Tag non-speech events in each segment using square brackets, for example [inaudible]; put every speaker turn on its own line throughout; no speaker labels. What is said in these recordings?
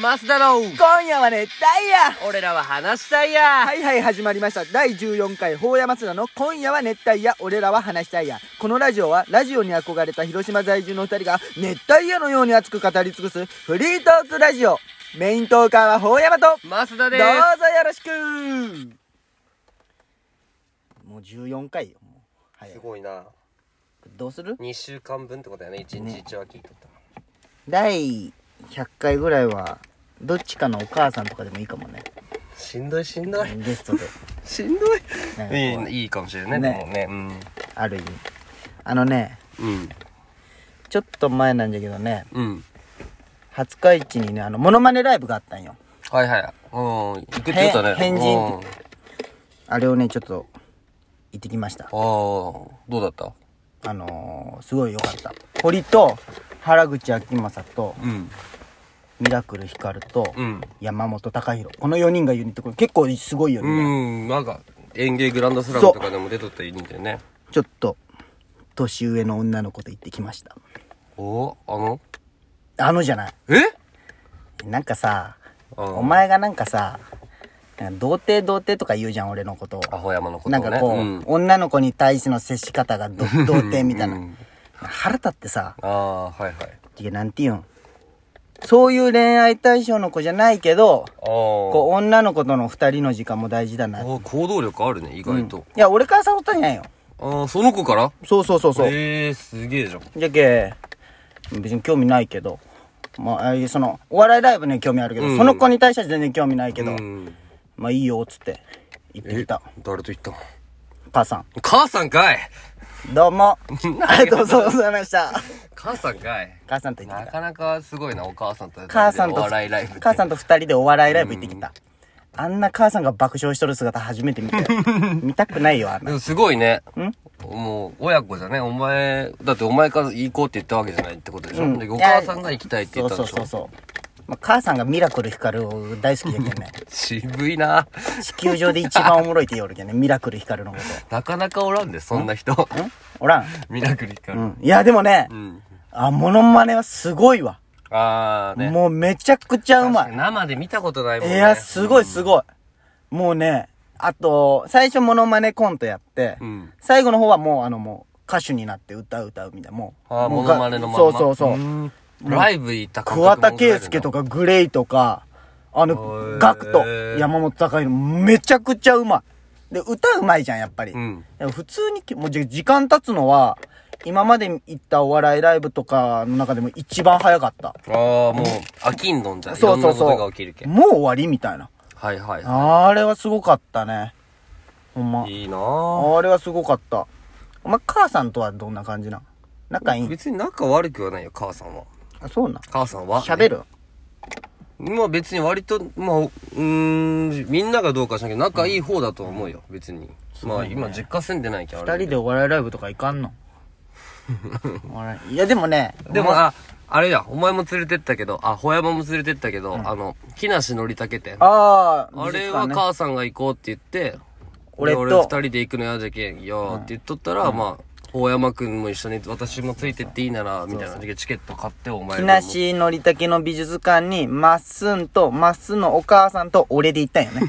マスだろ
今夜は熱帯夜
俺らは話したいや、
はいはい始まりました第14回法山津田の「今夜は熱帯夜俺らは話したいや」このラジオはラジオに憧れた広島在住の2人が熱帯夜のように熱く語り尽くすフリートークラジオメイントーカーは法山とど
マスダ
うぞ
です
よろしくもう14回よもう早い
すごいな
どうする
2週間分ってことだよね1日1話聞いとった
第100回ぐらいはどっちかのお母さんとかでもいいかもね
しんどいしんどい
ゲストで
しんどいいいいかもしれないね
ね
でもねうん
ある意味あのね
うん
ちょっと前なんだけどね
うん
20日市にねあのモノマネライブがあったんよ
はいはいうん行くって言ったね
へ変人
うんあ
あれをねちょっと行ってきました
あどうだった
あのー、すごい良かった堀と原口あきまさと
うん
ミラクルひかると
うん
山本貴弘この4人がユニット組んで結構すごいよね、
うんなんか園芸グランドスラムとかでも出とったらいいんだよね
ちょっと年上の女の子と行ってきました
おあの
あのじゃない
え
なんかさ
うん
お前がなんかさなんか童貞童貞とか言うじゃん俺のことを
アホ山のことを
な
ね
んかこう、
うん
女の子に対しての接し方
[laughs]
がど童貞みたいな。
うん
腹立ってさ、
ああはいはい
いや、なんていうん。そういう恋愛対象の子じゃないけど、
ああ
こう、女の子との二人の時間も大事だな。い
あ行動力あるね意外と、
や、俺から誘ったんじゃないよ。
ああその子から
そうそうそうそう。
ええー、すげえじゃん
じゃけ、別に興味ないけど。まあああいう、その、お笑いライブに興味あるけど、
うん
その子に対しては全然興味ないけど、
うん
まあいいよ、つって、言ってきた。
誰と行ったの
母さん。
母さんかい
どう
[laughs]
も。ありがとうご
う
ざいました。
母さんかい
母さんと言ってきた
な。かなかすごいなお母さんと
母さん
お
と、
笑いライブって
母さんと二人でお笑いライブ行ってきた。あんな母さんが爆笑しとる姿初めて見たよ。
[laughs]
見たくないよ、あん
で
な。
もすごいね
ん
もう親子じゃねお前だってお前から行こうって言ったわけじゃないってことでしょ、でお母さんが行きたいって言ったん
そう
でしょ
そうそうそう。まあ、母さんがミラクル光るを大好きだけど
[laughs]
ね。
渋いな
地球上で一番おもろいって言おるけどね、ミラクル光るのこ
なかなかおらんで、そんな人
と。んおらん。
ミラクル光
う
る、
ん。いや、でもね、
うん
あ、モノマネはすごいわ。
あーね
もうめちゃくちゃうまい。
生で見たことないもん
い
ね
や、すごいすごい。もうね、あと、最初モノマネコントやって、
うん
最後の方はもうあのもう歌手になって歌う歌うみたいな、もう。
あー
も
モ
う
ノマネのまんま
そうそうそう。
んライブ行った感覚
桑田佳祐と
か
かグレイとか、あ
へ
の
ー、
ガクト、山本隆弘、めちゃくちゃうまい。で、歌うまいじゃん、やっぱり。
うん
でも普通にき、もうじ時間経つのは、今まで行ったお笑いライブとかの中でも一番早かった。
ああもう飽きんどんじゃん
そうそう
いろんな
そ
ことが
う
起きるけ。ん
もう終わりみたいな。
はいはい
あれはすごかったね。ほんま。
いいなぁ
あれはすごかった。お前、母さんとはどんな感じなん仲いいん
別に仲悪くはないよ母さんは
あ、そうなん。
母さんは
喋る
まあ別に割とまあうーんみんながどうかしなきゃ仲いい方だとは思うよ別にまあ今実家住んでないけど
二人でお笑いライブとか行かんのお笑いいや、でもね、
でも、あ、あれだ、お前も連れてったけど、あ、ほやまも連れてったけど、あの、木梨憲武店。あ
ああ、
れ
美術館
は
ね
母さんが行こうって言って、
俺と
で俺二人で行くのやじゃけん、よーって言っとったら、まあ、ほやまくんも一緒に、私もついてっていいなら、みたいな。でチケット買って、お前
木
らも。
梨のりたけの美術館に、まっすんと、まっすんのお母さんと俺で行ったんよ [laughs] ね。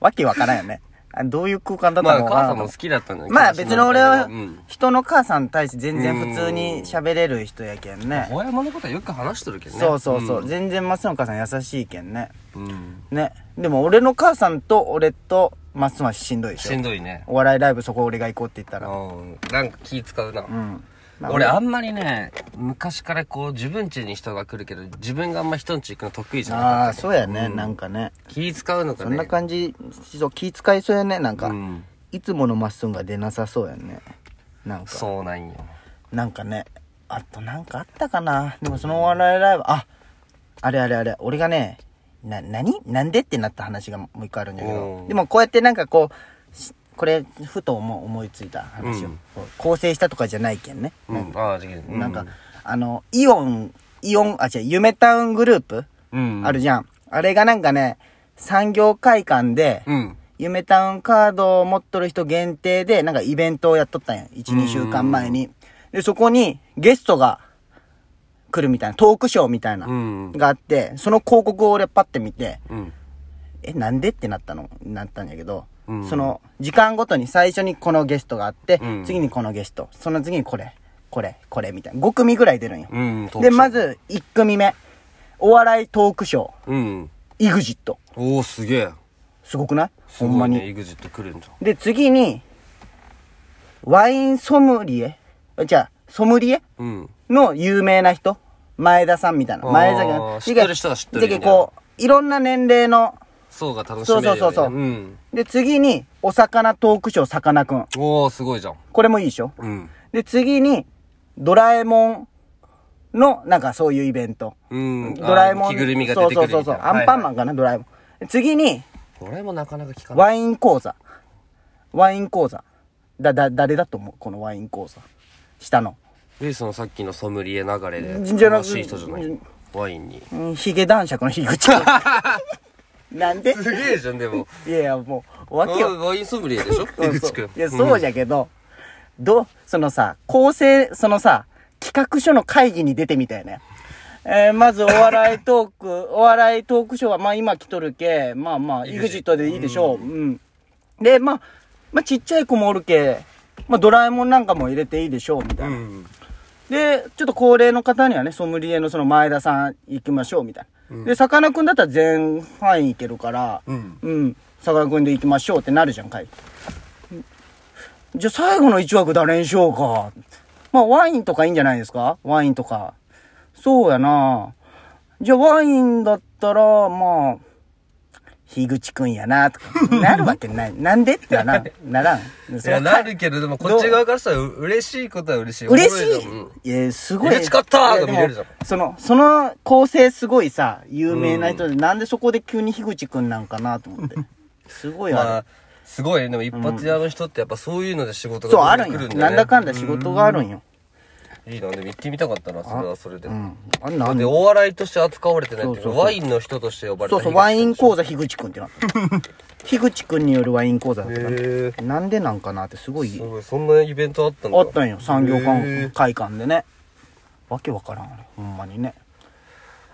わけわからんよね。あどういう空間だっ
ま
た
あ、
のか
母さ
わからん
んも好きだったんだ
まあ別に俺は
うん。、
人の母さんに対して全然普通に喋れる人やけんね。
ほやまのことはよく話しとるけどね。
そうそうそう。全然まっすんの母さん優しいけんね。
うん。うん。
ね。でも俺の母さんと俺とまっすんはしんどいでし
し
ょ
ん。どいね。
お笑いライブそこ俺が行こうって言ったら。
うん。なんか気使うな。
うん。まあ
俺あんまりね昔からこう自分家に人が来るけど自分があんま人ん家行くの得意じゃ
あ
なか
あ、
った
そうやね。なんかね。
気使うのか
そ
ね
んな感じ、そう気遣いそうやね。なんか
う、ん
いつものまっすんが出なさそうやね。なんか、
そうなんよ
なんかね。あとなんかあったかな。でもそのお笑いライブ、あ、あれあれあれ、俺がね、な、何なんでってなった話がもう一個あるんだけ
う
ど
ん。
でもこうやってなんかこう、しこれ、ふと思う思いついた話を、
うん
こう構成したとかじゃないけんね。
うんああじゃあ
なんか、あの、イオン、イオン、あ、違う、夢タウングループ、
うん
あるじゃん。あれがなんかね、産業会館で、
うん
夢タウンカードを持っとる人限定で、なんかイベントをやっとったんや。1、
うん
2週間前に。で、そこにゲストが来るみたいな、トークショーみたいな、
うん
があって、その広告を俺パッて見て、
うん。
え、なんでってなったの、なったんやけど、
うん
その、時間ごとに最初にこのゲストがあって、
うん
次にこのゲスト、その次にこれ、これ、これみたいな。5組ぐらい出るんよ。
うん。トーク
で、
ショー
ま。ず1組目。お笑いトークショー、
うん。
イグジット。
おおすげえ。
すごくない
す
ほんま
ごい
に
ね、。イグジット来るんだ。
で、次に、ワインソムリエじゃあ、ソムリエ
うん。
の有名な人前田さんみたいな。
あー
前田さん。
知ってる人は知ってるよね
でこう、いろんな年齢の。
そうが楽しめ
そう
るよ
そう
ね。
そうそう。
ん。
で、次に、お魚トークショーさかなクン。
おおすごいじゃん。
これもいいでしょ
うん。
で、次に、ドラえもんの、なんかそういうイベント。
うん。
ドラえもん。
あー着ぐるみが出てくるみたいな。
そうそうそうそう。アンパンマ
ン。
ンかな、ドラえもん。次に、
ドラえもんなかなか聞かない。
ワイン講座。ワイン講座。だ、だ、誰だと思うこのワイン講座。下の。
で、そのさっきのソムリエ流れで、
じゃな
詳
く
しい人じゃない。ワインに。
うん、ヒゲ男爵の樋口。なんです
げえじゃん、で [laughs] も。
いやいや、もう、わけ
あー
よ。
ワインソムリ [laughs] エでしょ
うん
江口くん。
いや、そうじ
ゃ
ゃけど、ど、そのさ、構成、そのさ、企画書の会議に出てみたいね。えー、まずお笑いトーク、 [laughs] お笑いトークショーは、まあ今来とるけ、まあまあ、イグジットでいいでしょう。うん。で、まあ、まあちっちゃい子もおるけ、まあドラえもんなんかも入れていいでしょう、みたいな。
うん。
で、ちょっと高齢の方にはね、ソムリエのその前田さん行きましょう、みたいな。で、さかなクンだったら全範囲行けるから、
うん。
うん、さかなクンで行きましょうってなるじゃんかい。じゃあ最後の1枠誰にしようか。まあワインとかいいんじゃないですかワインとか。そうやなじゃあワインだったら、まあ、樋口くんやな、とか。なるわけ
[laughs]
ない。なんでってならん。ならん。
い
それ
や、
は
なるけど、でもこっち側からしたらう嬉しいことは嬉しい。
嬉し
面白
い
じゃんうん
いや、すごい。
嬉しかったー
いやでも
が見れるじゃん
その、その構成すごいさ、有名な人で、なんでそこで急に樋口くんなんかなと思っ
[laughs]
て。すごい
ま
あ
あ、すごいね。でも一発屋の人ってやっぱそういうので仕事
る。
が
そう、あ
ど
る
ん
ん
ど
よ。
来る
なんだかんだ
ね
仕事があるんよ。
いいな。でも行ってみたかったな、それはそれで。
うん。あれ
だ
な
っ
ん
て
で
お笑いとして扱われてないっていう
そうそう
か
そう
ワインの人として呼ばれて
そうそう、ワイン講座樋口くんってなった。
[laughs]
樋口くんによるワイン講座だったな。
へえ
なんでなんかなってすごい
す、ごいそんなイベントあったんだ
あったんよ。産業
へえ
館、会館でね。わけわからんあれ。ほんまにね。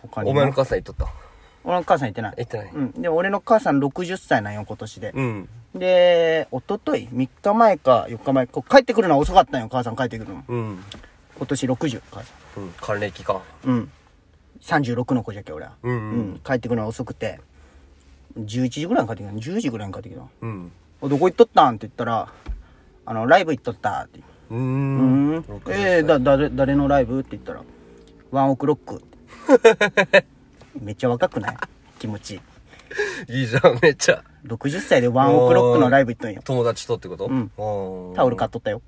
他に
お
ね。
前の母さん行っとった
俺の母さん行ってない
行。ってない
うん。で、俺の母さん60歳なんよ、今年で。
うん
で、一昨日3日前か4日前こう帰ってくるのは遅かったんよ、母さん帰ってくるの。
うん
今年60、母さ
うん還暦か
ん。うん。36の子じゃけ、俺は。
うんう
うんん。帰ってくるのは遅くて、11時ぐらいに帰ってきたの。10時ぐらいに帰ってきたの。
うん
おどこ行っとったんって言ったら、あの、ライブ行っとったって。
うー
うんん
60。歳
えー、だ、誰、誰のライブって言ったら、ワンオクロック。めっちゃ若くない気持ちいい。
いいじゃんめっちゃ
60歳でワンオクロックのライブ行ったんよ。
友達とってこと
ん
うん
タオル買っとったよ。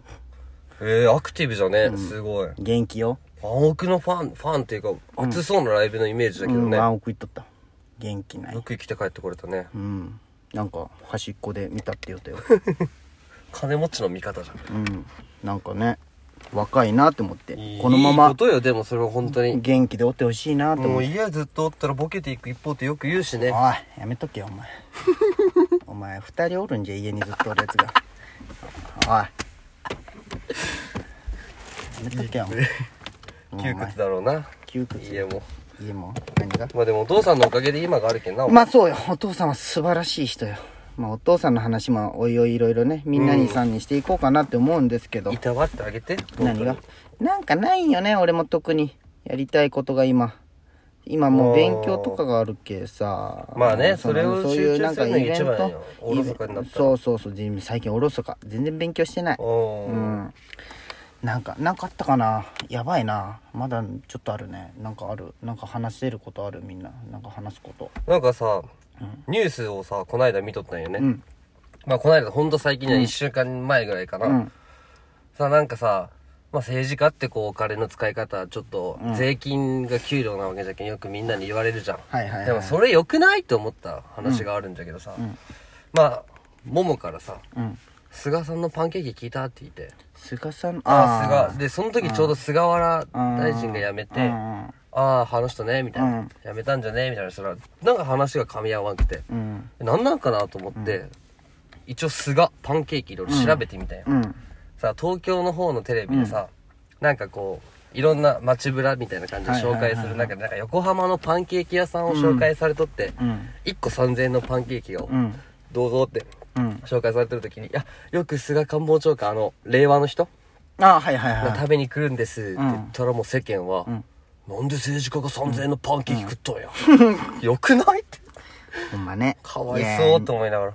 えーアクティブじゃねすごい
元気よ。
ファン奥のファンファンっていうか熱そうなライブのイメージだけ
う
ど
ん、
ね
ワン
よ
オク行っとった。元気ない。
く生きて帰ってこれたね
うん。なんか、端っこで見たって言うたよ。
金持ちの味方じゃん
うん。なんかね、若いなって思って。
いい
このま
いい
ま
ことよでもそれは本当に
元気でおってほしいなと思
も
っ
う
て。
家ずっとおったらボケていく一方ってよく言うしね
おい、やめとけよ、お [laughs] 前。お前、二人おるんじゃ、家にずっとおるやつが。おい。やめとけよ、お前。
窮屈だろうな
窮屈
家も
家も何が
まあでもお父さんのおかげで今があるけんな、
まあそうよ。お父さんは素晴らしい人よ。まあお父さんの話もおいおいいろいろね、みんなにさんにしていこうかなって思うんですけど
い。たわってあげて
何がなんかないんよね、俺も特に。やりたいことが今。今もう勉強とかがあるけさ。
まあね
その
それを
そういう
集中するのが一番よおろそかになったら
そうそうそう、全然最近おろそか。全然勉強してない。
お
う
ー
ん。なんか、なんかあったかなやばいな。まだちょっとあるね。なんかある。なんか話せることあるみんな。なんか話すこと。
なんかさ、ニュースをさこないだ見とったんよね、
ん
まあこないだほんと最近じゃ1週間前ぐらいかな、
うん
さあなんかさまあ政治家ってこうお金の使い方ちょっと税金が給料なわけじゃけんよくみんなに言われるじゃん、
はいはいはい
でもそれ良くないって思った話があるんだけどさ、まあももからさ、
うん。
菅さんのパンケーキ聞いたって言って
菅さん、
ああ
ー
菅でその時ちょうど菅原大臣が辞めて
うん
ああ話したねみたいな、
うん
辞めたんじゃねみたいなしたらなんか話が噛み合わなくて、
うん。
なんなんかなと思って、一応菅パンケーキいろいろ調べてみたよ、
うん。
さあ東京の方のテレビでさ、なんかこういろんな街ぶらみたいな感じで紹介する中で、なんか横浜のパンケーキ屋さんを紹介されとって、
うん
1個3000円のパンケーキを
うん
どうぞって
うん
紹介されてる時に、いや、よく菅官房長官、あの、令和の人
ああはいはい
が
は
食べに来るんですって言ったらもう世間は、
ん
なんで政治家が3000円のパンケーキ食ったんや。 [laughs] よくないって。
いほんまね
かわいそう
や
と思いながら。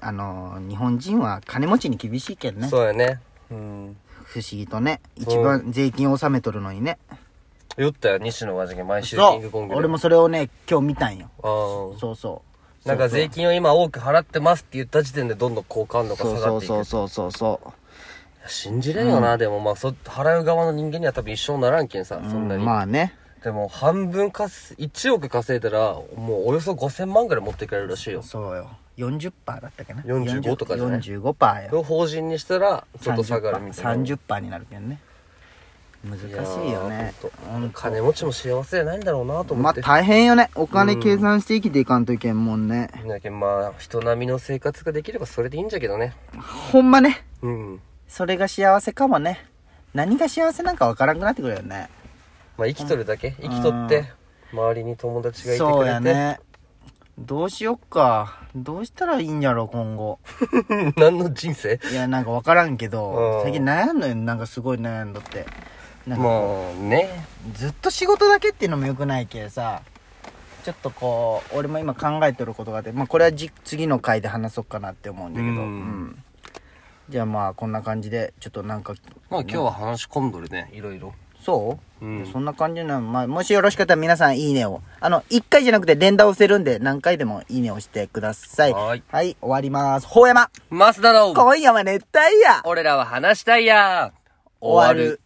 あのー日本人は金持ちに厳しいけんね
そうやね。うん。
不思議とね一
そう
番税金納めとるのにね
酔ったよ、西野がじけ毎週キ
そ
ン
う
グコングで。
俺もそれをね今日見たんよ
あー
そうそう
なんか税金を今多く払ってますって言った時点でどんどん好感度が
そう
下が
そ
っ
う
ていく。
そうそうそうそう
信じれんよな、でもまあそ、払う側の人間には多分一生ならんけんさ、そんなに。
まあね
でも半分かす、1億稼いだら、もうおよそ5000万ぐらい持ってくれるらしいよ。
そうよ40%だったかな
45とかじゃない
45%
それ
よ
を法人にしたら、ちょっと下がるみたいな。
30%になるけんね難しいよね
やーほんと金持ちも幸せじゃないんだろうなと思
ま
っ
あ
て。
大変よねお金計算して生きていかんといけんもんね
だけどまあ、人並みの生活ができればそれでいいんじゃけどね。
ほんまね
うん。
それが幸せかもね何が幸せなんかわからんくなってくるよね
まあ、生きとるだけ生きとって、周りに友達がいてくれて。
そうやねどうしよっかどうしたらいいんやろ今後
[laughs] 何の人生
いやなんかわからんけど
うん
最近悩んのよなんかすごい悩んどってなんか
もうね。
ずっと仕事だけっていうのも良くないけさちょっとこう俺も今考えてることがあって、まあ、これはじ次の回で話そうかなって思うんだけど、
うん
うんじゃあまあこんな感じでちょっとなんか
まあ今日は話し込んどるね、いろいろ。
そう、
うん
そんな感じなの、まあ、もしよろしかったら皆さんいいねをあの1回じゃなくて連打押せるんで何回でもいいねをしてください
はーい
終わりますほうやま
マスだろ
今夜は熱帯夜
俺らは話したいや
終わる